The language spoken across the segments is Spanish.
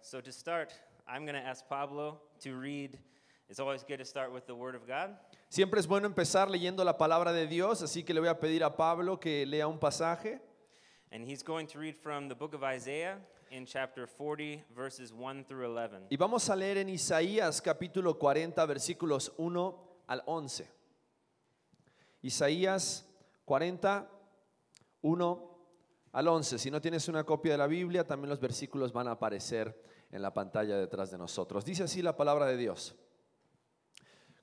So to start, I'm going to ask Pablo to read. It's always good to start with the Word of God. Siempre es bueno empezar leyendo la palabra de Dios, así que le voy a pedir a Pablo que lea un pasaje. And he's going to read from the book of Isaiah in chapter 40, verses 1 through 11. Y vamos a leer en Isaías capítulo 40 versículos 1 al 11. Isaías 40, 1 al 11. Si no tienes una copia de la Biblia, también los versículos van a aparecer en la pantalla detrás de nosotros. Dice así la palabra de Dios.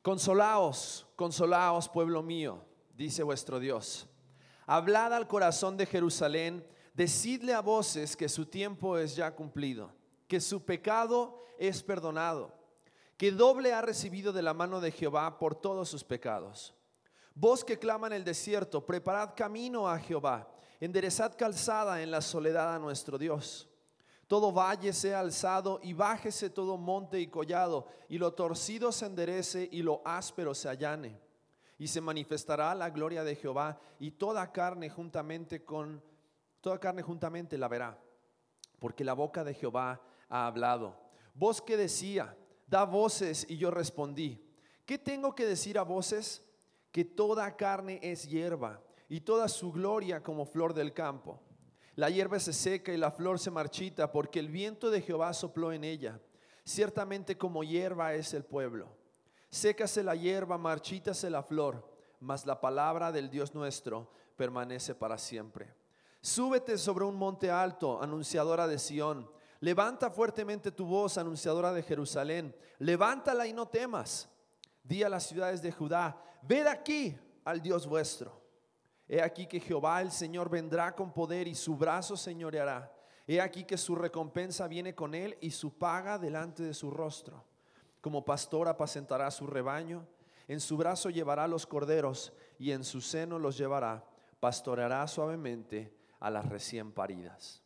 Consolaos, consolaos, pueblo mío, dice vuestro Dios. Hablad al corazón de Jerusalén, decidle a voces que su tiempo es ya cumplido, que su pecado es perdonado, que doble ha recibido de la mano de Jehová por todos sus pecados. Vos que clama en el desierto, preparad camino a Jehová, enderezad calzada en la soledad a nuestro Dios. Todo valle sea alzado y bájese todo monte y collado, y lo torcido se enderece y lo áspero se allane. Y se manifestará la gloria de Jehová, y toda carne juntamente con toda carne juntamente la verá, porque la boca de Jehová ha hablado. Voz que decía, da voces, y yo respondí. ¿Qué tengo que decir a voces? Que toda carne es hierba, y toda su gloria como flor del campo. La hierba se seca y la flor se marchita, porque el viento de Jehová sopló en ella. Ciertamente como hierba es el pueblo. Sécase la hierba, marchítase la flor, mas la palabra del Dios nuestro permanece para siempre. Súbete sobre un monte alto, anunciadora de Sión. Levanta fuertemente tu voz, anunciadora de Jerusalén. Levántala y no temas. Di a las ciudades de Judá, ved aquí al Dios vuestro. He aquí que Jehová el Señor vendrá con poder y su brazo señoreará. He aquí que su recompensa viene con él y su paga delante de su rostro. Como pastor apacentará su rebaño, en su brazo llevará los corderos y en su seno los llevará, pastoreará suavemente a las recién paridas.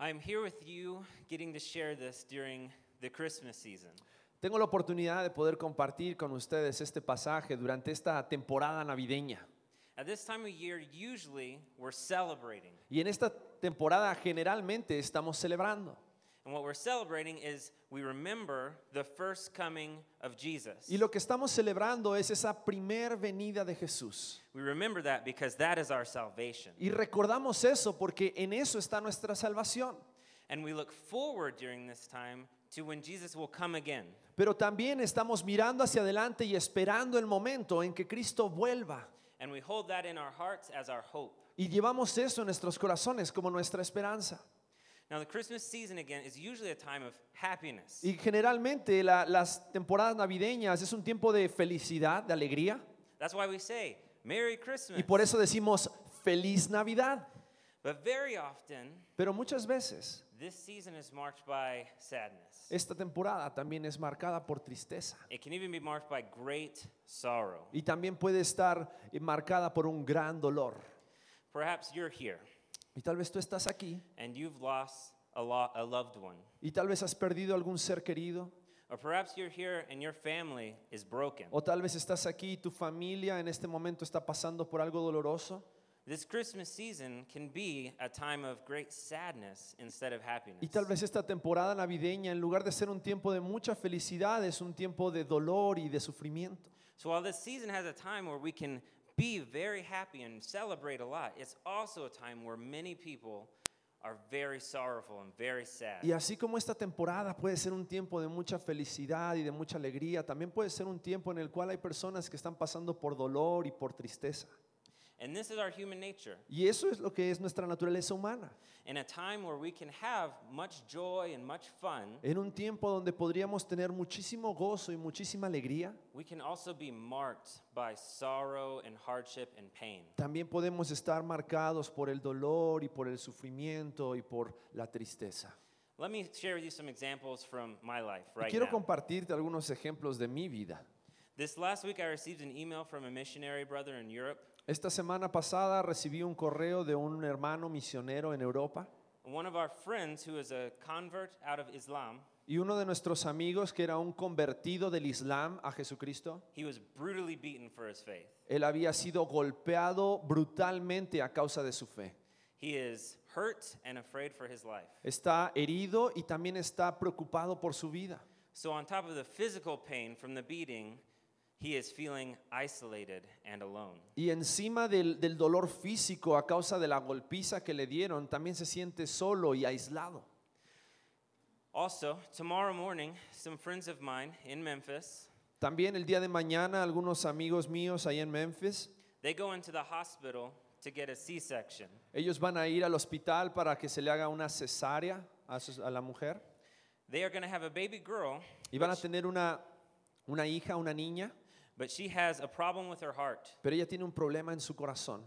I'm here with you getting to share this during the Christmas season. Tengo la oportunidad de poder compartir con ustedes este pasaje durante esta temporada navideña. At this time of year, usually we're celebrating. Y en esta temporada generalmente estamos celebrando. And what we're celebrating is we remember the first coming of Jesus. Y lo que estamos celebrando es esa primer venida de Jesús. We remember that because that is our salvation. Y recordamos eso porque en eso está nuestra salvación. And we look forward during this time to when Jesus will come again. Pero también estamos mirando hacia adelante y esperando el momento en que Cristo vuelva. And we hold that in our hearts as our hope. Y llevamos eso en nuestros corazones como nuestra esperanza. Now, the Christmas season again is usually a time of happiness. Y generalmente la- las temporadas navideñas es un tiempo de felicidad, de alegría. That's why we say, Merry Christmas. Y por eso decimos feliz Navidad. But very often, Pero muchas veces this season is marked by sadness. esta temporada también es marcada por tristeza. It can even be marked by great sorrow. Y también puede estar eh, marcada por un gran dolor. Perhaps you're here Y tal vez tú estás aquí and you've lost a, lo- a loved one. y tal vez has perdido algún ser querido. Or perhaps you're here and your family is broken. O tal vez estás aquí y tu familia en este momento está pasando por algo doloroso. This Christmas season can be a time of great sadness instead of happiness. Y tal vez esta temporada navideña, en lugar de ser un tiempo de mucha felicidad, es un tiempo de dolor y de sufrimiento. So while this season has a time where we can be very happy and celebrate a lot, it's also a time where many people are very sorrowful and very sad. Y así como esta temporada puede ser un tiempo de mucha felicidad y de mucha alegría, también puede ser un tiempo en el cual hay personas que están pasando por dolor y por tristeza. And this is our human nature. Y eso es lo que es nuestra naturaleza humana. In a time where we can have much joy and much fun, En un tiempo donde podríamos tener muchísimo gozo y muchísima alegría, we can also be marked by sorrow and hardship and pain. también podemos estar marcados por el dolor y por el sufrimiento y por la tristeza. Let me share with you some examples from my life Y right quiero now. compartirte algunos ejemplos de mi vida. This last week, I received an email from a missionary brother in Europe. Esta semana pasada recibí un correo de un hermano misionero en Europa One of our friends, who is a convert out of Islam, y uno de nuestros amigos que era un convertido del Islam a Jesucristo. He was brutally beaten for his faith. Él había sido golpeado brutalmente a causa de su fe. He is hurt and afraid for his life. Está herido y también está preocupado por su vida. So, on top of the physical pain from the beating, he is feeling isolated and alone. Y encima del, del dolor físico a causa de la golpiza que le dieron, también se siente solo y aislado. Also, tomorrow morning, some friends of mine in Memphis, También el día de mañana algunos amigos míos ahí en Memphis, they go into the hospital to get a C-section. ellos van a ir al hospital para que se le haga una cesárea a, sus- a la mujer They are going to have a baby girl, y van a tener una, una hija, una niña, but she has a problem with her heart. pero ella tiene un problema en su corazón.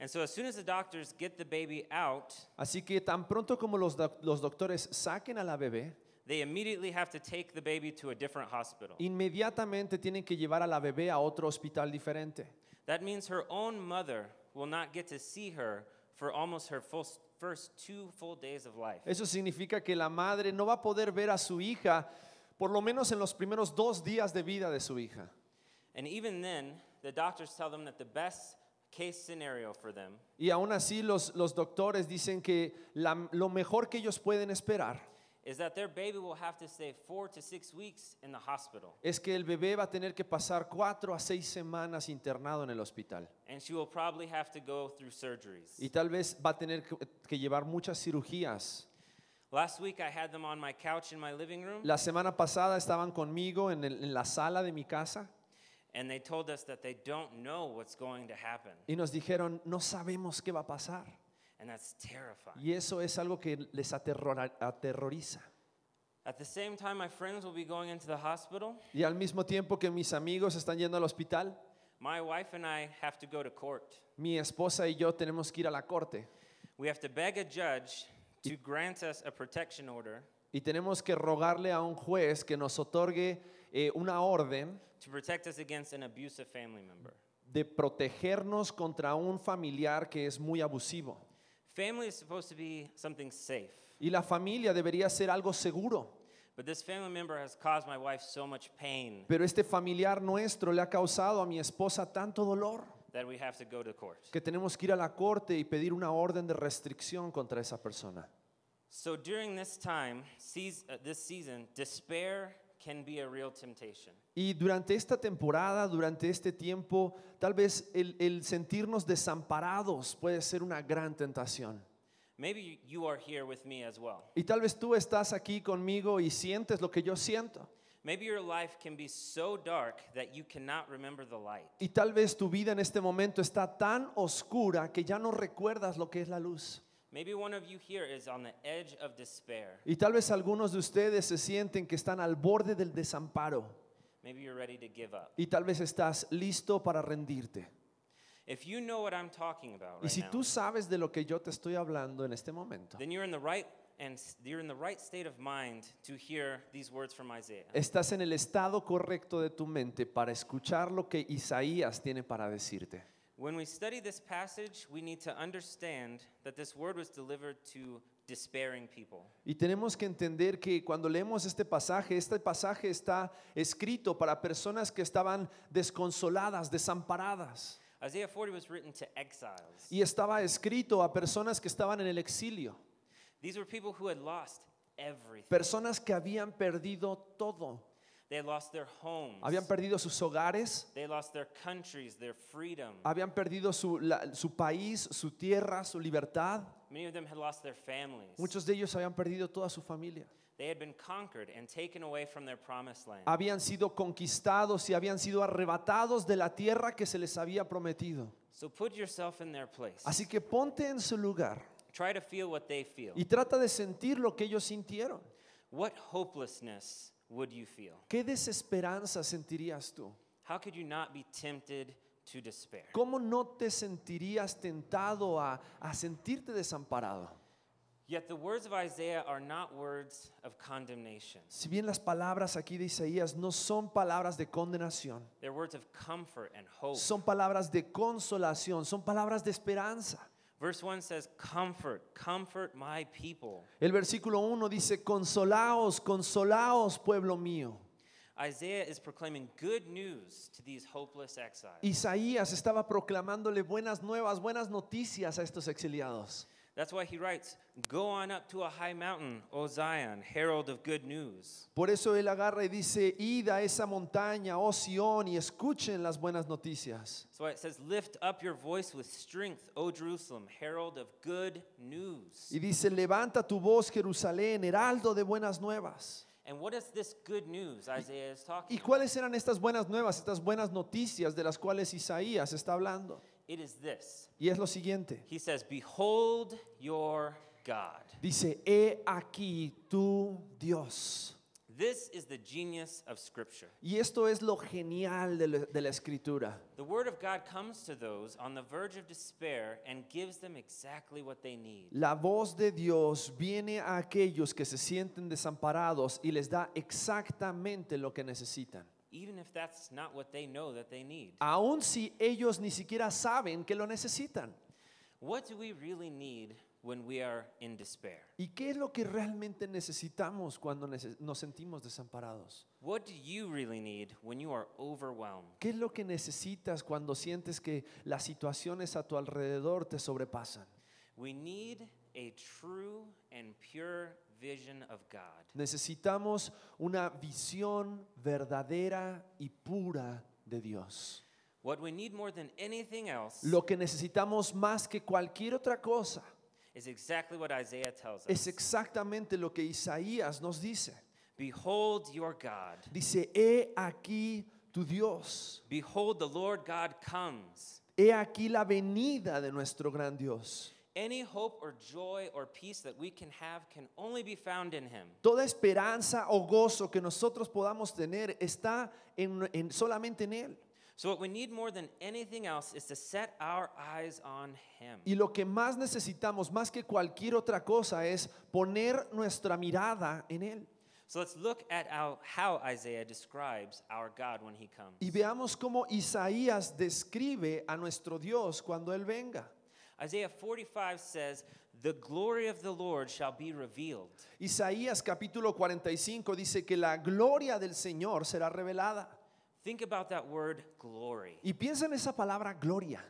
And so, as soon as the doctors get the baby out, Así que tan pronto como los, doc- los doctores saquen a la bebé, they immediately have to take the baby to a different hospital. inmediatamente tienen que llevar a la bebé a otro hospital diferente. That means her own mother will not get to see her for almost her full, first two full days of life. Eso significa que la madre no va a poder ver a su hija por lo menos en los primeros dos días de vida de su hija. And even then, the doctors tell them that the best case scenario for them Y aún así los, los doctores dicen que la- lo mejor que ellos pueden esperar is that their baby will have to stay four to six weeks in the hospital. es que el bebé va a tener que pasar cuatro a seis semanas internado en el hospital. And she will probably have to go through surgeries. Y tal vez va a tener que- que llevar muchas cirugías. Last week, I had them on my couch in my living room, La semana pasada estaban conmigo en, el- en la sala de mi casa and they told us that they don't know what's going to happen. y nos dijeron, no sabemos qué va a pasar. And that's terrifying. Y eso es algo que les aterrora- aterroriza. At the same time, my friends will be going into the hospital. Y al mismo tiempo que mis amigos están yendo al hospital, My wife and I have to go to court. mi esposa y yo tenemos que ir a la corte We have to beg a judge to grant us a protection order y tenemos que rogarle a un juez que nos otorgue eh, una orden to protect us against an abusive family member. de protegernos contra un familiar que es muy abusivo. Family is supposed to be something safe, Y la familia debería ser algo seguro, but this family member has caused my wife so much pain pero este familiar nuestro le ha causado a mi esposa tanto dolor that we have to go to court. que tenemos que ir a la corte y pedir una orden de restricción contra esa persona. So during this time, seas- uh, this season, despair can be a real temptation. Y durante esta temporada, durante este tiempo, tal vez el, el sentirnos desamparados puede ser una gran tentación. Maybe you are here with me as well. Y tal vez tú estás aquí conmigo y sientes lo que yo siento. Maybe your life can be so dark that you cannot remember the light. Y tal vez tu vida en este momento está tan oscura que ya no recuerdas lo que es la luz. Maybe one of you here is on the edge of despair. Y tal vez algunos de ustedes se sienten que están al borde del desamparo. Maybe you're ready to give up. Y tal vez estás listo para rendirte. If you know what I'm talking about Y right si now, tú sabes de lo que yo te estoy hablando en este momento, then you're in the right and s- you're in the right state of mind to hear these words from Isaiah. Estás en el estado correcto de tu mente para escuchar lo que Isaías tiene para decirte. When we study this passage, we need to understand that this word was delivered to despairing people. Y tenemos que entender que cuando leemos este pasaje, este pasaje está escrito para personas que estaban desconsoladas, desamparadas. Isaiah 40 was written to exiles. Y estaba escrito a personas que estaban en el exilio, These were people who had lost everything. personas que habían perdido todo. They had lost their homes. Habían perdido sus hogares, They lost their countries, their freedom. habían perdido su, la- su país, su tierra, su libertad. Many of them had lost their families. Muchos de ellos habían perdido toda su familia. They had been conquered and taken away from their promised land. habían sido conquistados y habían sido arrebatados de la tierra que se les había prometido. So put yourself in their place. Así que ponte en su lugar Try to feel what they feel. y trata de sentir lo que ellos sintieron. What hopelessness would you feel? ¿Qué desesperanza sentirías tú? How could you not be tempted to despair? ¿Cómo no te sentirías tentado a, a sentirte desamparado? Yet the words of Isaiah are not words of condemnation. Si bien las palabras aquí de Isaías no son palabras de condenación, They're words of comfort and hope. son palabras de consolación, son palabras de esperanza. Verse 1 says, Comfort, comfort my people. El versículo 1 dice, consolaos, consolaos, pueblo mío. Isaiah is proclaiming good news to these hopeless exiles. Isaías estaba proclamándole buenas nuevas, buenas noticias a estos exiliados. That's why he writes, Go on up to a high mountain, O Zion, herald of good news. Por eso él agarra y dice, id a esa montaña, oh Sión, y escuchen las buenas noticias. That's why it says, Lift up your voice with strength, O Jerusalem, herald of good news. Y dice, levanta tu voz Jerusalén, heraldo de buenas nuevas. And what is this good news Isaiah is talking ¿Y about? cuáles eran estas buenas nuevas, estas buenas noticias de las cuales Isaías está hablando? It is this. Y es lo siguiente. He says, Behold your God. Dice, he aquí tu Dios. This is the genius of Scripture. Y esto es lo genial de la, de la escritura. The Word of God comes to those on the verge of despair and gives them exactly what they need. La voz de Dios viene a aquellos que se sienten desamparados y les da exactamente lo que necesitan. even if that's not what they know that they need. Aun si ellos ni siquiera saben que lo necesitan. What do we really need when we are in despair? ¿Y qué es lo que realmente necesitamos cuando nece- nos sentimos desamparados? What do you really need when you are overwhelmed? ¿Qué es lo que necesitas cuando sientes que las situaciones a tu alrededor te sobrepasan? We need a true and pure vision of God. Necesitamos una visión verdadera y pura de Dios. What we need more than anything else Lo que necesitamos más que cualquier otra cosa is exactly what Isaiah tells us. es exactamente lo que Isaías nos dice. Behold your God. Dice, he aquí tu Dios, Behold, the Lord God comes. he aquí la venida de nuestro gran Dios. Any hope or joy or peace that we can have can only be found in Him. Toda esperanza o gozo que nosotros podamos tener está en- en- solamente en Él. So, what we need more than anything else is to set our eyes on Him. Y lo que más necesitamos, más que cualquier otra cosa, es poner nuestra mirada en Él. So, let's look at how, how Isaiah describes our God when He comes. Y veamos cómo Isaías describe a nuestro Dios cuando Él venga. Isaiah 45 says, The glory of the Lord shall be revealed, Isaías capítulo 45 dice que la gloria del Señor será revelada. Think about that word glory. Y piensa en esa palabra gloria,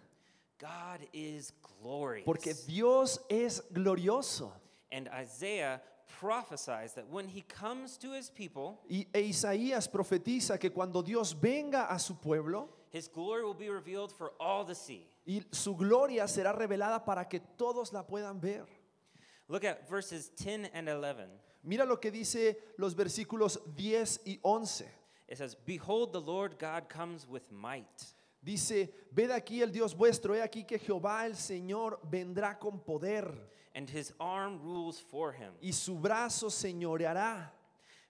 God is glorious. porque Dios es glorioso. And Isaiah prophesies that when he comes to his people, Y, e Isaías profetiza que cuando Dios venga a su pueblo, his glory will be revealed for all to see. y su gloria será revelada para que todos la puedan ver. Look at verses 10 and 11. Mira lo que dice los versículos 10 y 11. It says, Behold, the Lord God comes with might. Dice, ved aquí el Dios vuestro, he aquí que Jehová el Señor vendrá con poder and his arm rules for him. y su brazo señoreará.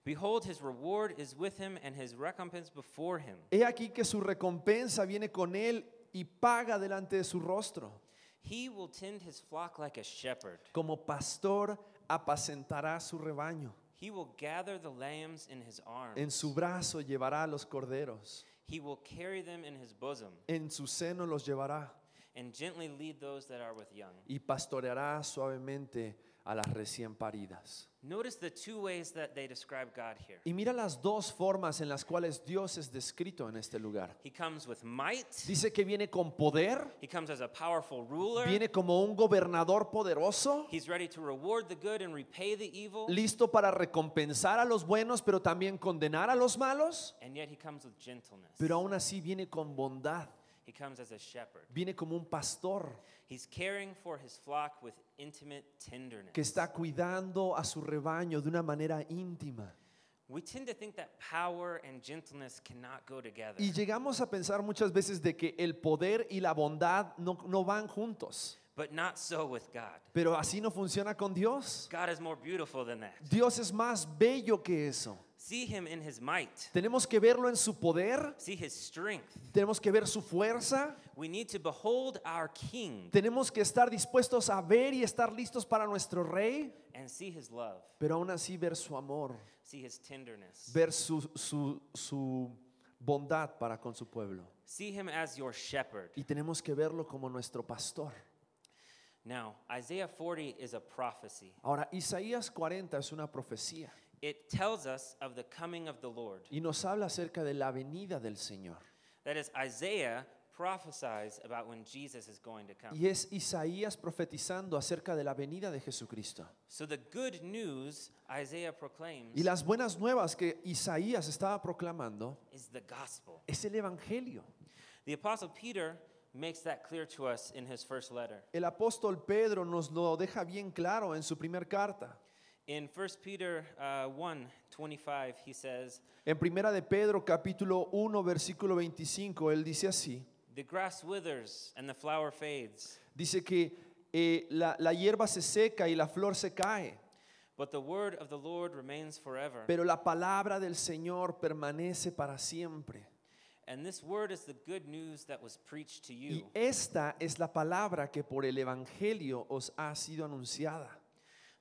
Behold, his reward is with him, and his recompense before him. He aquí que su recompensa viene con él y paga delante de su rostro. He will tend his flock like a shepherd. Como pastor apacentará su rebaño. He will gather the lambs in his arms. En su brazo llevará a los corderos. he will carry them in his bosom, En su seno los llevará and gently lead those that are with young. y pastoreará suavemente a las recién paridas. Notice the two ways that they describe God here. Y mira las dos formas en las cuales Dios es descrito en este lugar. He comes with might. Dice que viene con poder, He comes as a powerful ruler. viene como un gobernador poderoso, He's ready to reward the good and repay the evil. listo para recompensar a los buenos, pero también condenar a los malos. And yet he comes with gentleness. Pero aún así viene con bondad, He comes as a shepherd. viene como un pastor He's caring for his flock with intimate tenderness. que está cuidando a su rebaño de una manera íntima. We tend to think that power and gentleness cannot go together. Y llegamos a pensar muchas veces de que el poder y la bondad no, no van juntos, But not so with God. pero así no funciona con Dios. God is more beautiful than that. Dios es más bello que eso. See him in his might, Tenemos que verlo en su poder, see his strength. tenemos que ver su fuerza, We need to behold our king tenemos que estar dispuestos a ver y estar listos para nuestro rey, and see his love, pero aún así ver su amor, see his tenderness. ver su, su- su bondad para con su pueblo. See him as your shepherd. Y tenemos que verlo como nuestro pastor. Now, Isaiah 40 is a prophecy. Ahora, Isaías 40 es una profecía It tells us of the coming of the Lord. y nos habla acerca de la venida del Señor. That is, Isaiah prophesies about when Jesus is going to come. Y es Isaías profetizando acerca de la venida de Jesucristo. So the good news Isaiah proclaims Y las buenas nuevas que Isaías estaba proclamando is the gospel. es el Evangelio. The apostle Peter makes that clear to us in his first letter. El apóstol Pedro nos lo deja bien claro en su primer carta. In 1 Peter uh, 1 25, he says, En primera de Pedro capítulo 1 versículo 25, él dice así. The grass withers and the flower fades, Dice que eh, la, la hierba se seca y la flor se cae, but the word of the Lord remains forever. pero la palabra del Señor permanece para siempre. And this word is the good news that was preached to you. Y esta es la palabra que por el Evangelio os ha sido anunciada.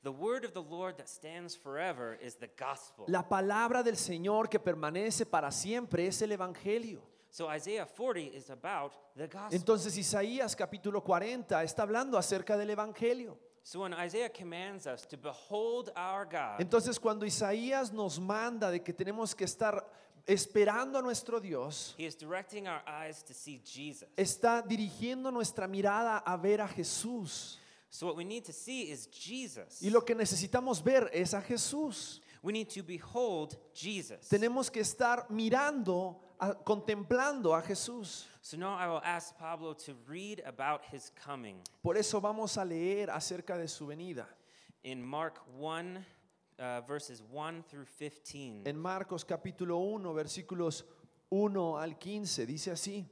The word of the Lord that stands forever is the gospel. La palabra del Señor que permanece para siempre es el Evangelio. So Isaiah 40 is about the gospel. Entonces Isaías capítulo 40 está hablando acerca del Evangelio. So when Isaiah commands us to behold our God, Entonces cuando Isaías nos manda de que tenemos que estar esperando a nuestro Dios, he is directing our eyes to see Jesus. está dirigiendo nuestra mirada a ver a Jesús. So what we need to see is Jesus. Y lo que necesitamos ver es a Jesús. We need to behold Jesus. Tenemos que estar mirando, a- contemplando a Jesús. So now I will ask Pablo to read about his coming Por eso vamos a leer acerca de su venida in Mark 1, uh, verses 1 through 15. en Marcos capítulo 1, versículos 1 al 15. Dice así,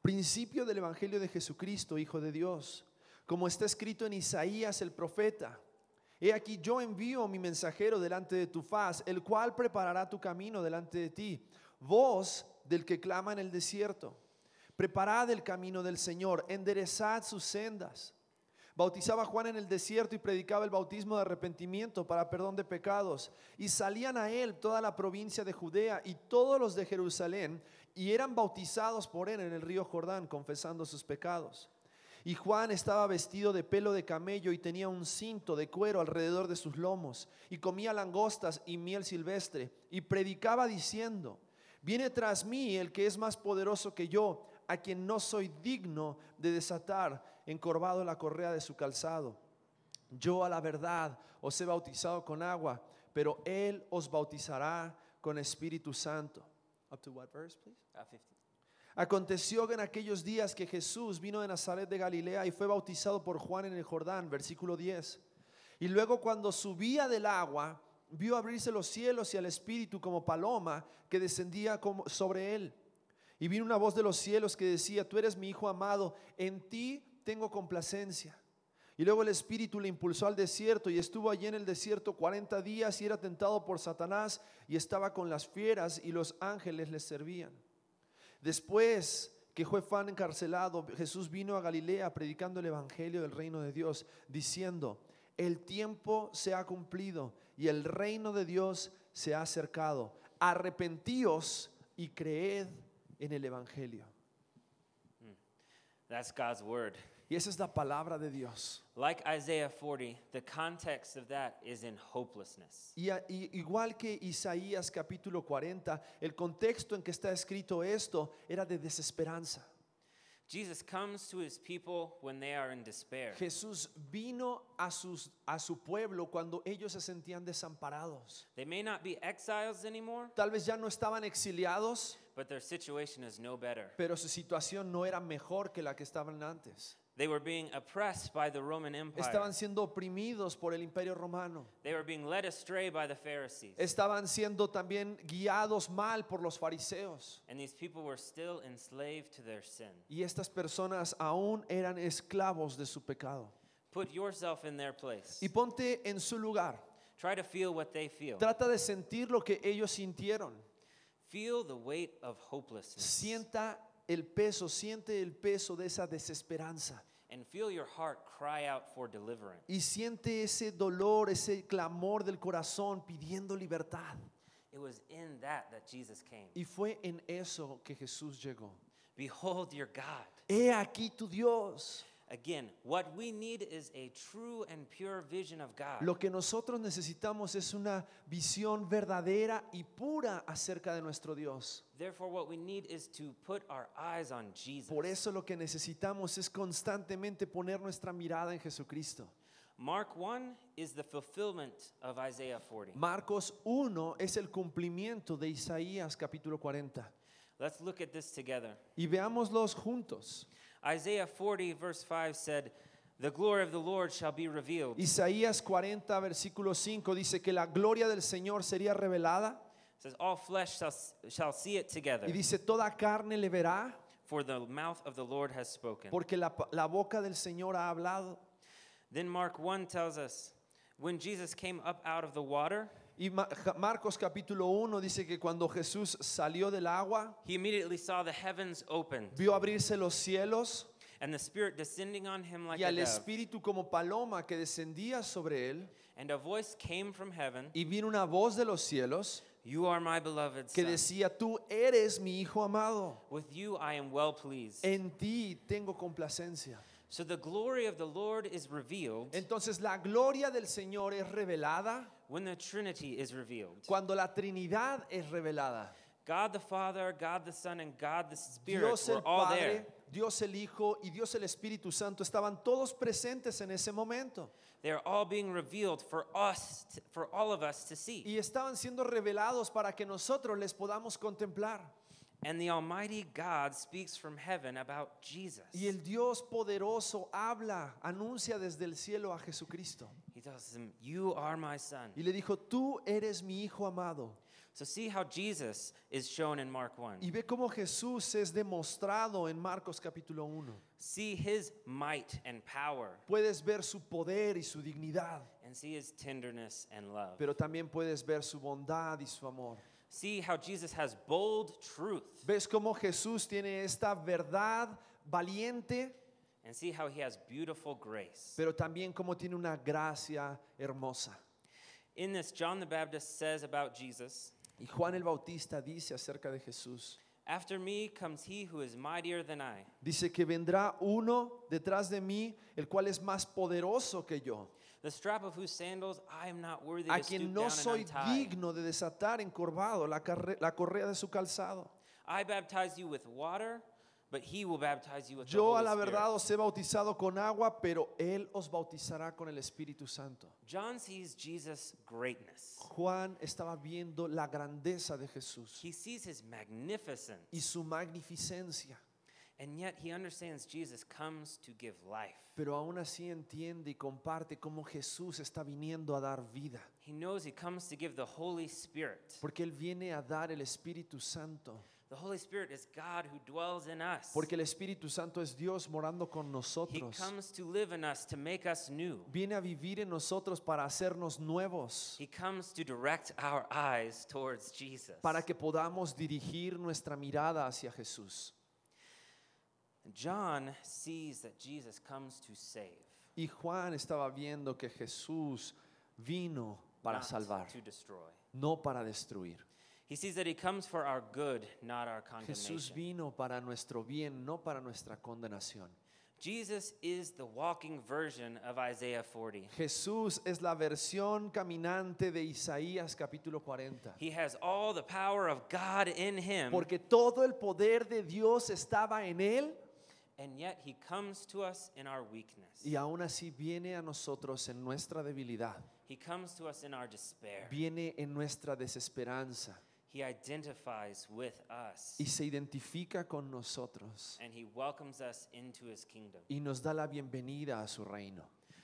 principio del Evangelio de Jesucristo, Hijo de Dios, como está escrito en Isaías el profeta. He aquí yo envío mi mensajero delante de tu faz, el cual preparará tu camino delante de ti, voz del que clama en el desierto. Preparad el camino del Señor, enderezad sus sendas. Bautizaba Juan en el desierto y predicaba el bautismo de arrepentimiento para perdón de pecados. Y salían a él toda la provincia de Judea y todos los de Jerusalén, y eran bautizados por él en el río Jordán, confesando sus pecados. Y Juan estaba vestido de pelo de camello y tenía un cinto de cuero alrededor de sus lomos, y comía langostas y miel silvestre, y predicaba diciendo, Viene tras mí el que es más poderoso que yo, a quien no soy digno de desatar encorvado la correa de su calzado. Yo a la verdad os he bautizado con agua, pero él os bautizará con Espíritu Santo. Up to what verse, please? Uh, 15. Aconteció que en aquellos días que Jesús vino de Nazaret de Galilea y fue bautizado por Juan en el Jordán, versículo 10. Y luego cuando subía del agua, vio abrirse los cielos y al Espíritu como paloma que descendía como- sobre él. Y vino una voz de los cielos que decía, tú eres mi Hijo amado, en ti tengo complacencia. Y luego el Espíritu le impulsó al desierto y estuvo allí en el desierto 40 días y era tentado por Satanás y estaba con las fieras y los ángeles le servían. Después que fue Juan encarcelado, Jesús vino a Galilea predicando el evangelio del reino de Dios, diciendo: El tiempo se ha cumplido y el reino de Dios se ha acercado. Arrepentíos y creed en el evangelio. That's God's word. Y esa es la palabra de Dios. Like Isaiah 40, the context of that is in hopelessness. Y, a- y igual que Isaías capítulo 40, el contexto en que está escrito esto era de desesperanza. Jesus comes to his people when they are in despair. Jesús vino a, sus, a su pueblo cuando ellos se sentían desamparados. They may not be exiles anymore, Tal vez ya no estaban exiliados, but their situation is no better. pero su situación no era mejor que la que estaban antes. They were being oppressed by the Roman Empire. Estaban siendo oprimidos por el imperio romano. They were being led astray by the Pharisees. Estaban siendo también guiados mal por los fariseos. And these people were still enslaved to their sin. Y estas personas aún eran esclavos de su pecado. Put yourself in their place. Y ponte en su lugar. Try to feel what they feel. Trata de sentir lo que ellos sintieron. Feel the weight of hopelessness. Sienta el peso, siente el peso de esa desesperanza. And feel your heart cry out for deliverance. y siente ese dolor, ese clamor del corazón pidiendo libertad. It was in that that Jesus came. Y fue en eso que Jesús llegó. Behold your God. He aquí tu Dios. Again, what we need is a true and pure vision of God. Lo que nosotros necesitamos es una visión verdadera y pura acerca de nuestro Dios. Therefore, what we need is to put our eyes on Jesus. Por eso lo que necesitamos es constantemente poner nuestra mirada en Jesucristo. Mark 1 is the fulfillment of Isaiah 40. Marcos 1 es el cumplimiento de Isaías capítulo 40. Let's look at this together. Y veámoslos juntos. Isaiah 40, verse 5 said, The glory of the Lord shall be revealed. It Isaías 40 versículo 5 dice que la gloria del Señor sería revelada says, All flesh shall, shall see it together, y dice toda carne le verá for the mouth of the Lord has spoken. porque la, pa- la boca del Señor ha hablado. Then Mark 1 tells us, When Jesus came up out of the water, Y Ma- Ja- Marcos capítulo 1 dice que cuando Jesús salió del agua, he immediately saw the heavens opened vio abrirse los cielos and the Spirit descending on him like y a al dove. Espíritu como paloma que descendía sobre él And a voice came from heaven, y vino una voz de los cielos You are my beloved que Son. decía, tú eres mi hijo amado, With you I am well pleased. en ti tengo complacencia. So the glory of the Lord is revealed Entonces la gloria del Señor es revelada when the Trinity is revealed. cuando la Trinidad es revelada. God the Father, God the Son, and God the Spirit Dios were el all there. Padre, Dios el Hijo y Dios el Espíritu Santo estaban todos presentes en ese momento They are all being revealed for us, t- for all of us to see. y estaban siendo revelados para que nosotros les podamos contemplar. And the Almighty God speaks from heaven about Jesus. Y el Dios poderoso habla, anuncia desde el cielo a Jesucristo He tells him, You are my Son. y le dijo, tú eres mi Hijo amado. So see how Jesus is shown in Mark 1. Y ve cómo Jesús es demostrado en Marcos capítulo 1. See his might and power, Puedes ver su poder y su dignidad. and see his tenderness and love. pero también puedes ver su bondad y su amor. See how Jesus has bold truth, Ves cómo Jesús tiene esta verdad valiente, and see how he has beautiful grace. pero también cómo tiene una gracia hermosa. In this, John the Baptist says about Jesus, Y Juan el Bautista dice acerca de Jesús, After me comes he who is mightier than I, dice que vendrá uno detrás de mí, el cual es más poderoso que yo, the strap of whose sandals I am not worthy a to stoop quien down no and soy untie. digno de desatar encorvado la, carre- la correa de su calzado. I baptize you with water, but he will baptize you with the Yo a Holy la verdad Spirit. os he bautizado con agua, pero él os bautizará con el Espíritu Santo. John sees Jesus' greatness. Juan estaba viendo la grandeza de Jesús He sees his magnificence, y su magnificencia, and yet he understands Jesus comes to give life. pero aún así entiende y comparte cómo Jesús está viniendo a dar vida, He knows he comes to give the Holy Spirit. porque Él viene a dar el Espíritu Santo, The Holy Spirit is God who dwells in us. porque el Espíritu Santo es Dios morando con He nosotros, comes to live in us to make us new. viene a vivir en nosotros para hacernos nuevos, He comes to direct our eyes towards Jesus. para que podamos dirigir nuestra mirada hacia Jesús. John sees that Jesus comes to save, Y Juan estaba viendo que Jesús vino para not salvar, to destroy. no para destruir. He sees that he comes for our good, not our Jesús condemnation. vino para nuestro bien, no para nuestra condenación. Jesus is the walking version of Isaiah 40. Jesús es la versión caminante de Isaías capítulo 40. He has all the power of God in him, Porque todo el poder de Dios estaba en él and yet he comes to us in our weakness. y aún así viene a nosotros en nuestra debilidad, He comes to us in our despair. viene en nuestra desesperanza He identifies with us, y se identifica con nosotros and he welcomes us into his kingdom. y nos da la bienvenida a su reino.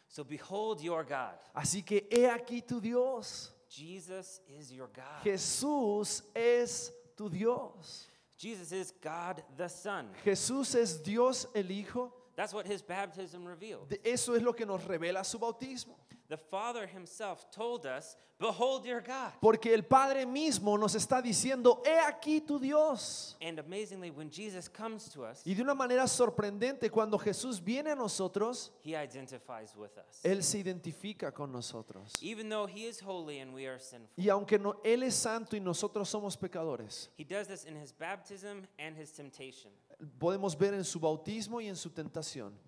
So behold your God. Así que he aquí tu Dios. Jesus is your God. Jesús es tu Dios. Jesus is God the Son. Jesús es Dios el Hijo. That's what his baptism revealed. De- Eso es lo que nos revela su bautismo. The Father himself told us, Behold your God. Porque el Padre mismo nos está diciendo, he aquí tu Dios. And amazingly, when Jesus comes to us, Y de una manera sorprendente, cuando Jesús viene a nosotros, he identifies with us. Él se identifica con nosotros. Even though he is holy and we are sinful, Y aunque no, Él es santo y nosotros somos pecadores, he does this in his baptism and his temptation. podemos ver en su bautismo y en su tentación.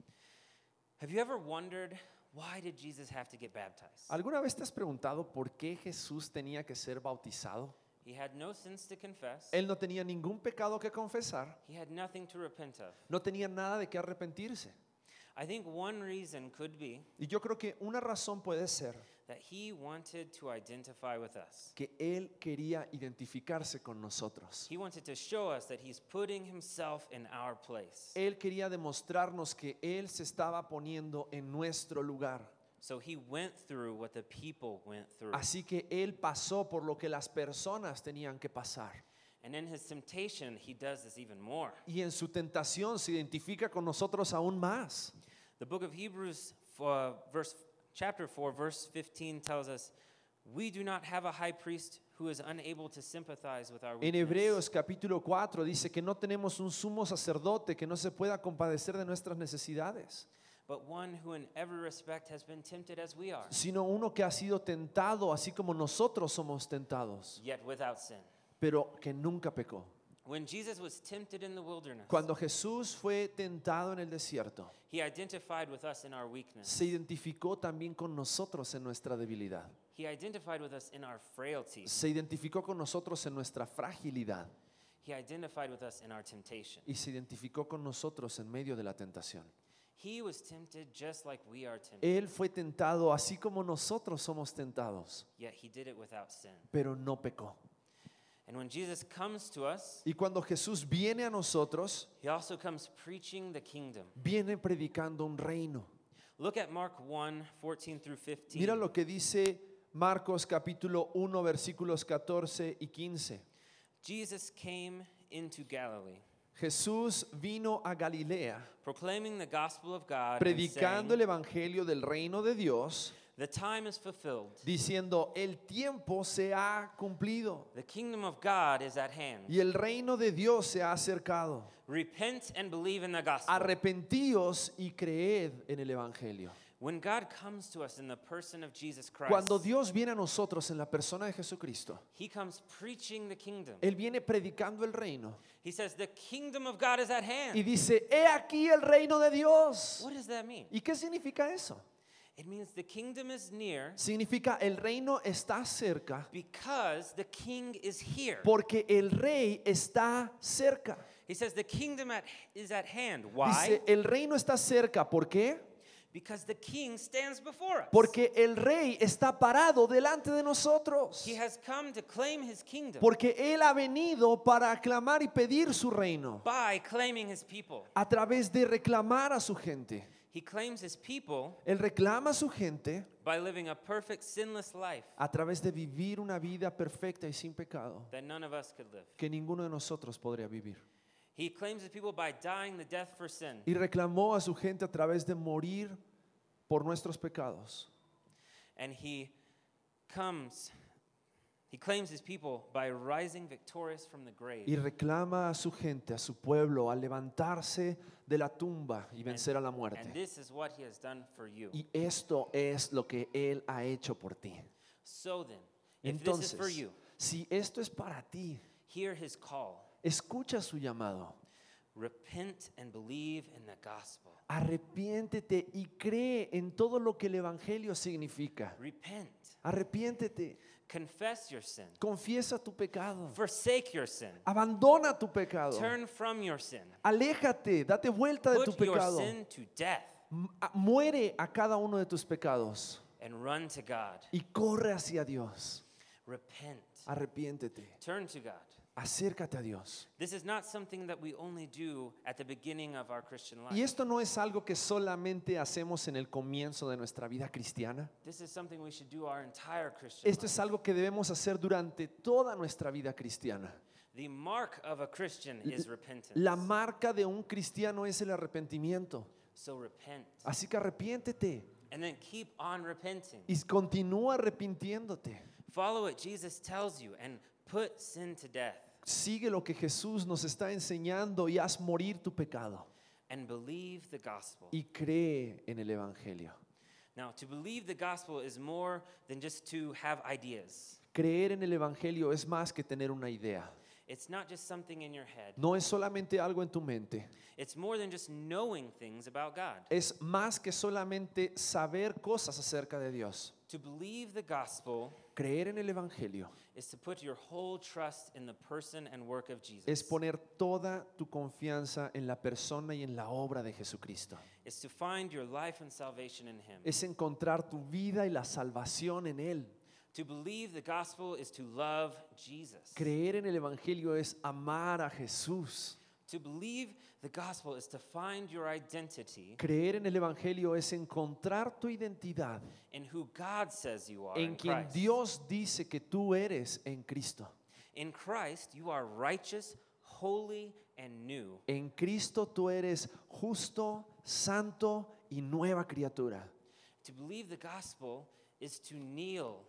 Have you ever wondered why did Jesus have to get baptized? ¿Alguna vez te has preguntado por qué Jesús tenía que ser bautizado? He had no sins to confess. Él no tenía ningún pecado que confesar, He had nothing to repent of. no tenía nada de qué arrepentirse. I think one reason could be Y yo creo que una razón puede ser that he wanted to identify with us. que Él quería identificarse con nosotros. He wanted to show us that he's putting himself in our place. Él quería demostrarnos que Él se estaba poniendo en nuestro lugar. So he went through what the people went through. Así que Él pasó por lo que las personas tenían que pasar. And in his temptation, he does this even more. Y en su tentación se identifica con nosotros aún más. The book of Hebrews, uh, verse, chapter 4, verse 15 tells us, We do not have a high priest who is unable to sympathize with our En weakness. Hebreos capítulo 4 dice que no tenemos un sumo sacerdote que no se pueda compadecer de nuestras necesidades, but one who in every respect has been tempted as we are, sino uno que ha sido tentado así como nosotros somos tentados, yet without sin. pero que nunca pecó. When Jesus was tempted in the wilderness, Cuando Jesús fue tentado en el desierto, he identified with us in our weakness. se identificó también con nosotros en nuestra debilidad, He identified with us in our frailty. se identificó con nosotros en nuestra fragilidad He identified with us in our temptation. y se identificó con nosotros en medio de la tentación. He was tempted just like we are tempted, Él fue tentado así como nosotros somos tentados, yet he did it without sin. pero no pecó. And when Jesus comes to us, Y cuando Jesús viene a nosotros, he also comes preaching the kingdom. viene predicando un reino. Look at Mark 1 14 through 15. Mira lo que dice Marcos capítulo 1 versículos 14 y 15. Jesus came into Galilee, Jesús vino a Galilea proclaiming the gospel of God, and predicando el saying, evangelio del reino de Dios, The time is fulfilled, diciendo, el tiempo se ha cumplido the kingdom of God is at hand. y el reino de Dios se ha acercado. Repent and believe in the gospel. Arrepentíos y creed en el evangelio. When God comes to us in the person of Jesus Christ, Cuando Dios viene a nosotros en la persona de Jesucristo, he comes preaching the kingdom. Él viene predicando el reino. He says, The kingdom of God is at hand. y dice, he aquí el reino de Dios. What does that mean? ¿Y qué significa eso? It means the kingdom is near Significa el reino está cerca because the king is here. porque el rey está cerca. He says the kingdom at, is at hand. Why? Dice, el reino está cerca, ¿por qué? Because the king stands before us. Porque el rey está parado delante de nosotros. he has come to claim his kingdom Porque él ha venido para aclamar y pedir su reino by claiming his people. a través de reclamar a su gente. He claims his people Él reclama a su gente by living a perfect, sinless life a través de vivir una vida perfecta y sin pecado that none of us could live. que ninguno de nosotros podría vivir. He claims his people by dying the death for sin. y reclamó a su gente a través de morir por nuestros pecados. And he comes, he claims his people by rising victorious from the grave. Y reclama a su gente, a su pueblo, a levantarse de la tumba y vencer a la And muerte. this is what he has done for you. Y esto es lo que Él ha hecho por ti. So then, if this is for Entonces, you, si esto es para ti, hear his call. escucha su llamado. Repent and believe in the gospel. Arrepiéntete y cree en todo lo que el Evangelio significa. Repent. Arrepiéntete, Confess your sin. confiesa tu pecado, Forsake your sin. abandona tu pecado, Turn from your sin. aléjate, date vuelta de tu Put your pecado. sin to death M- a- muere a cada uno de tus pecados and run to God. y corre hacia Dios. Repent. Arrepiéntete, Turn to God. acércate a Dios. This is not something that we only do at the beginning of our Christian life. Y esto no es algo que solamente hacemos en el comienzo de nuestra vida cristiana. This is something we should do our entire Christian Esto life. es algo que debemos hacer durante toda nuestra vida cristiana. The mark of a Christian is repentance. La marca de un cristiano es el arrepentimiento. so repent. Así que arrepiéntete And then keep on repenting. y continúa arrepintiéndote. Follow what Jesus tells you and put sin to death Sigue lo que Jesús nos está enseñando y haz morir tu pecado. and believe the gospel. Y cree en el Evangelio. Now, to believe the gospel is more than just to have ideas, Creer en el Evangelio es más que tener una idea. It's not just something in your head. No es solamente algo en tu mente. It's more than just knowing things about God. Es más que solamente saber cosas acerca de Dios. To believe the gospel Creer en el Evangelio is to put your whole trust in the person and work of Jesus. es poner toda tu confianza en la persona y en la obra de Jesucristo. It's to find your life and salvation in Him. Es encontrar tu vida y la salvación en Él. to believe the gospel is to love Jesus. Creer en el Evangelio es amar a Jesús. to believe the gospel is to find your identity Creer en el Evangelio es encontrar tu identidad in who God says you are en in quien Christ. Dios dice que tú eres en Cristo. In Christ, you are righteous, holy, and new. En Cristo tú eres justo, santo y nueva criatura. To believe the gospel is to kneel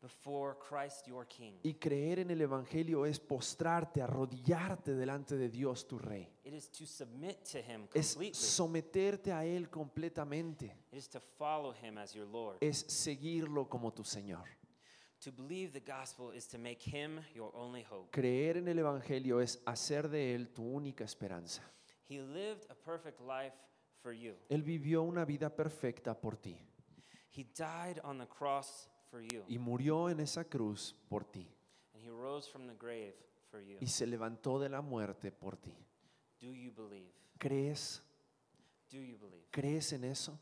before Christ your King. Y creer en el Evangelio es postrarte, arrodillarte delante de Dios tu Rey. It is to submit to Him Es completely. someterte a Él completamente. It is to follow Him as your Lord. Es seguirlo como tu Señor. To believe the gospel is to make Him your only hope. Creer en el Evangelio es hacer de Él tu única esperanza. He lived a perfect life for you, Él vivió una vida perfecta por ti He died on the cross for you, y murió en esa cruz por ti and He rose from the grave for you. y se levantó de la muerte por ti. Do you believe? ¿Crees? Do you believe? ¿Crees en eso?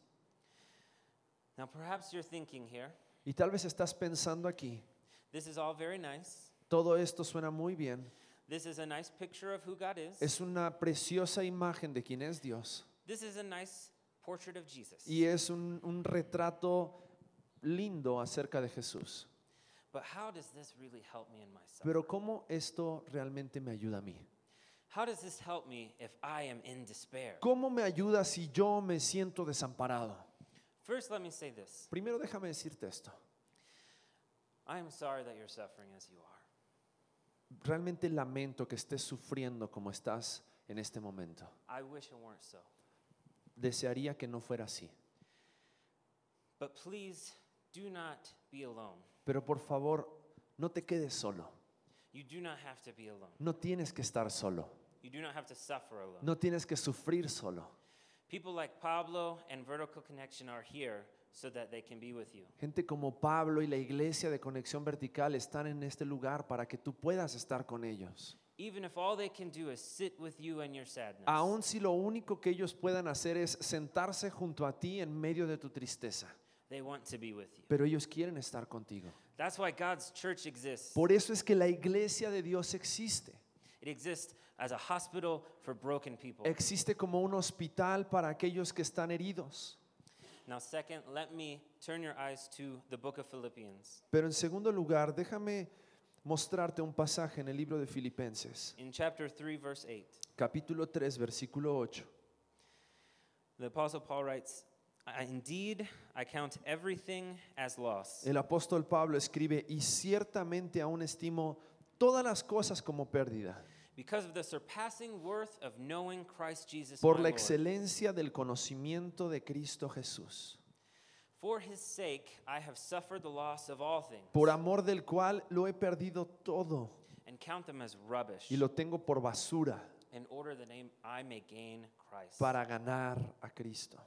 Now, perhaps you're thinking here, Y tal vez estás pensando aquí, this is all very nice. todo esto suena muy bien, This is a nice picture of who God is. es una preciosa imagen de quién es Dios This is a nice portrait of Jesus. y es un, un retrato lindo acerca de Jesús. But how does this really help me in myself? Pero ¿cómo esto realmente me ayuda a mí? How does this help me if I am in despair? ¿Cómo me ayuda si yo me siento desamparado? First, let me say this Primero déjame decirte esto. I am sorry that you're suffering as you are. Realmente lamento que estés sufriendo como estás en este momento. I wish it weren't so. Desearía que no fuera así. But please do not be alone. Pero por favor, no te quedes solo. You do not have to be alone. No tienes que estar solo. You do not have to suffer alone. No tienes que sufrir solo. People like Pablo and Vertical Connection are here so that they can be with you. Gente como Pablo y la iglesia de conexión vertical están en este lugar para que tú puedas estar con ellos. Even if all they can do is sit with you and your sadness. Aun si lo único que ellos puedan hacer es sentarse junto a ti en medio de tu tristeza. They want to be with you. Pero ellos quieren estar contigo. That's why God's church exists. Por eso es que la iglesia de Dios existe. It exists as a hospital for broken people. Existe como un hospital para aquellos que están heridos. Now, second, let me turn your eyes to the book of Philippians. Pero en segundo lugar, déjame mostrarte un pasaje en el libro de Filipenses, In chapter 3, verse 8, capítulo 3, versículo 8. the Apostle Paul writes, "I- Indeed, I count everything as loss El apóstol Pablo escribe, y ciertamente aún estimo todas las cosas como pérdida, because of the surpassing worth of knowing Christ Jesus. por my la Lord. excelencia del conocimiento de Cristo Jesús, For his sake, I have suffered the loss of all things por amor del cual lo he perdido todo and count them as rubbish y lo tengo por basura in order that I- I may gain Christ. para ganar a Cristo.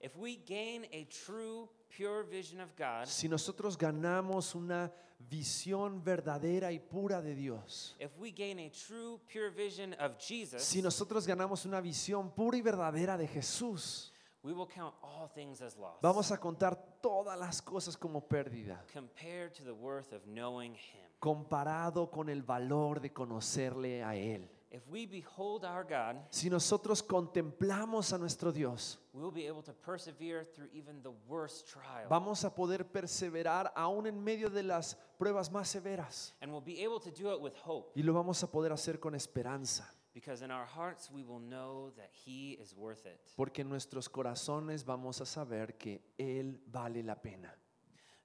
If we gain a true, pure vision of God, Si nosotros ganamos una visión verdadera y pura de Dios, if we gain a true, pure vision of Jesus, si nosotros ganamos una visión pura y verdadera de Jesús, we will count all things as loss vamos a contar todas las cosas como pérdida, compared to the worth of knowing him. comparado con el valor de conocerle a Él. If we behold our God, Si nosotros contemplamos a nuestro Dios, we'll be able to persevere through even the worst trial. vamos a poder perseverar aún en medio de las pruebas más severas and we'll be able to do it with hope y lo vamos a poder hacer con esperanza, because in our hearts we will know that he is worth it. porque en nuestros corazones vamos a saber que Él vale la pena.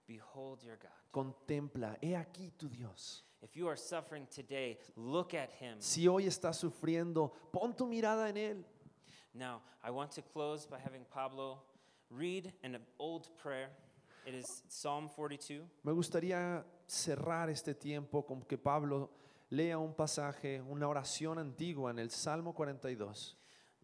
Behold your God. Contempla, he aquí tu Dios. If you are suffering today, look at him. Si hoy estás sufriendo, pon tu mirada en Él. Now, I want to close by having Pablo read an old prayer. It is Psalm 42. Me gustaría cerrar este tiempo con que Pablo lea un pasaje, una oración antigua en el Salmo 42.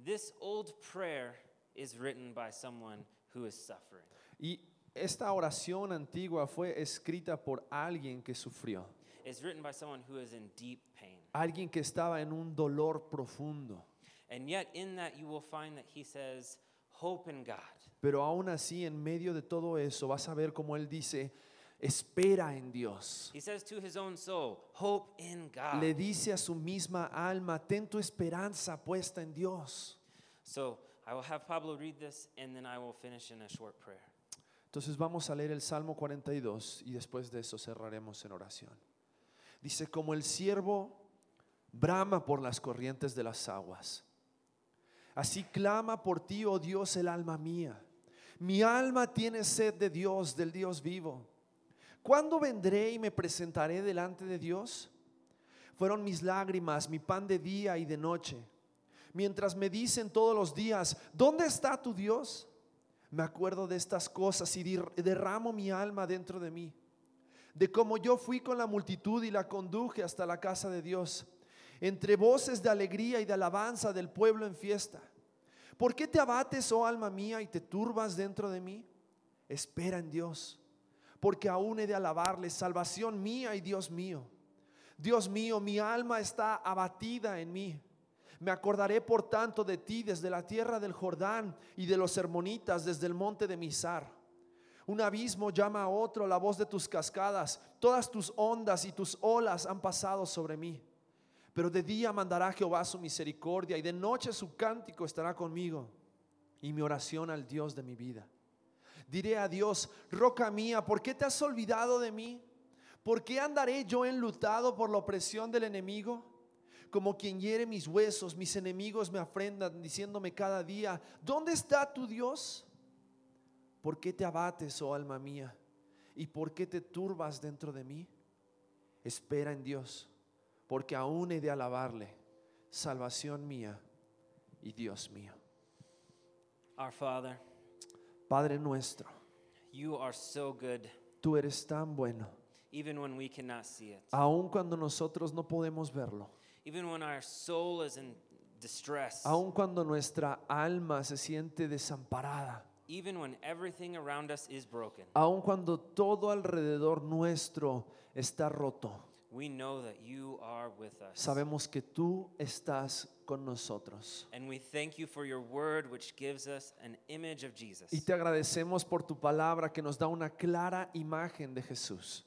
This old prayer is written by someone who is suffering. Y esta oración antigua fue escrita por alguien que sufrió, It's written by someone who is in deep pain. alguien que estaba en un dolor profundo. And yet, in that, you will find that he says, Hope in God. Pero aún así, en medio de todo eso, vas a ver como él dice, espera en Dios. He says to his own soul, Hope in God. Le dice a su misma alma, ten tu esperanza puesta en Dios. So I will have Pablo read this, and then I will finish in a short prayer. Entonces vamos a leer el Salmo 42 y después de eso cerraremos en oración. Dice, como el siervo brama por las corrientes de las aguas, así clama por ti, oh Dios, el alma mía. Mi alma tiene sed de Dios, del Dios vivo. ¿Cuándo vendré y me presentaré delante de Dios? Fueron mis lágrimas, mi pan de día y de noche. Mientras me dicen todos los días, ¿dónde está tu Dios? Me acuerdo de estas cosas y dir- derramo mi alma dentro de mí. De cómo yo fui con la multitud y la conduje hasta la casa de Dios, entre voces de alegría y de alabanza del pueblo en fiesta. ¿Por qué te abates, oh alma mía, y te turbas dentro de mí? Espera en Dios, porque aún he de alabarle, salvación mía y Dios mío. Dios mío, mi alma está abatida en mí. Me acordaré por tanto de ti desde la tierra del Jordán y de los hermonitas desde el monte de Misar. Un abismo llama a otro la voz de tus cascadas. Todas tus ondas y tus olas han pasado sobre mí. Pero de día mandará Jehová su misericordia y de noche su cántico estará conmigo y mi oración al Dios de mi vida. Diré a Dios, roca mía, ¿por qué te has olvidado de mí? ¿Por qué andaré yo enlutado por la opresión del enemigo? Como quien hiere mis huesos, mis enemigos me afrendan, diciéndome cada día, ¿dónde está tu Dios? ¿Por qué te abates, oh alma mía? ¿Y por qué te turbas dentro de mí? Espera en Dios, porque aún he de alabarle, salvación mía y Dios mío. Our Father, Padre nuestro, you are so good, tú eres tan bueno, even when we cannot see it, aun cuando nosotros no podemos verlo, even when our soul is in distress, aun cuando nuestra alma se siente desamparada, even when everything around us is broken. aun cuando todo alrededor nuestro está roto. We know that you are with us. Sabemos que tú estás con nosotros. And we thank you for your word, which gives us an image of Jesus. Y te agradecemos por tu palabra que nos da una clara imagen de Jesús.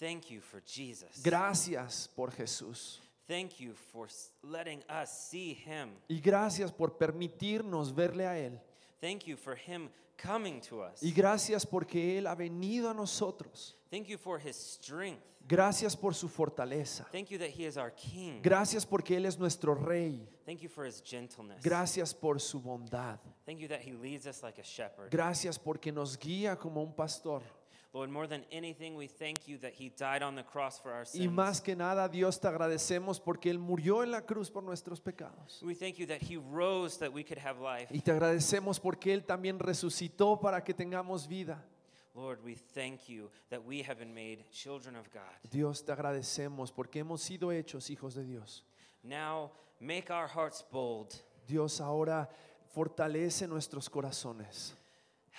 Thank you for Jesus. Gracias por Jesús. Thank you for s- letting us see him. Y gracias por permitirnos verle a Él. Thank you for him coming to us. Y gracias porque Él ha venido a nosotros. Thank you for his strength. Gracias por su fortaleza. Thank you that he is our king. Gracias porque Él es nuestro Rey. Thank you for his gentleness. Gracias por su bondad. Thank you that he leads us like a shepherd. Gracias porque nos guía como un pastor. Lord, more than anything, we thank you that he died on the cross for our sins. Y más que nada, Dios, te agradecemos porque Él murió en la cruz por nuestros pecados. We thank you that he rose that we could have life. Y te agradecemos porque Él también resucitó para que tengamos vida. Lord, we thank you that we have been made children of God. Dios, te agradecemos porque hemos sido hechos hijos de Dios. Now, make our hearts bold. Dios ahora fortalece nuestros corazones.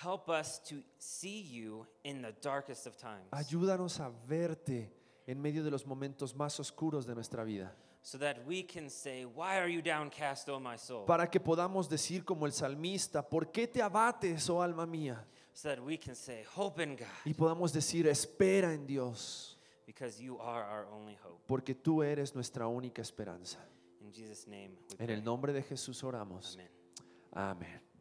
Help us to see you in the darkest of times Ayúdanos a verte en medio de los momentos más oscuros de nuestra vida. so that we can say, Why are you downcast, O my soul? Para que podamos decir como el salmista, ¿por qué te abates, oh alma mía? So that we can say, Hope in God, Y podamos decir, espera en Dios, because you are our only hope. porque tú eres nuestra única esperanza. In Jesus' name, we En pray. el nombre de Jesús oramos. Amen. Amén.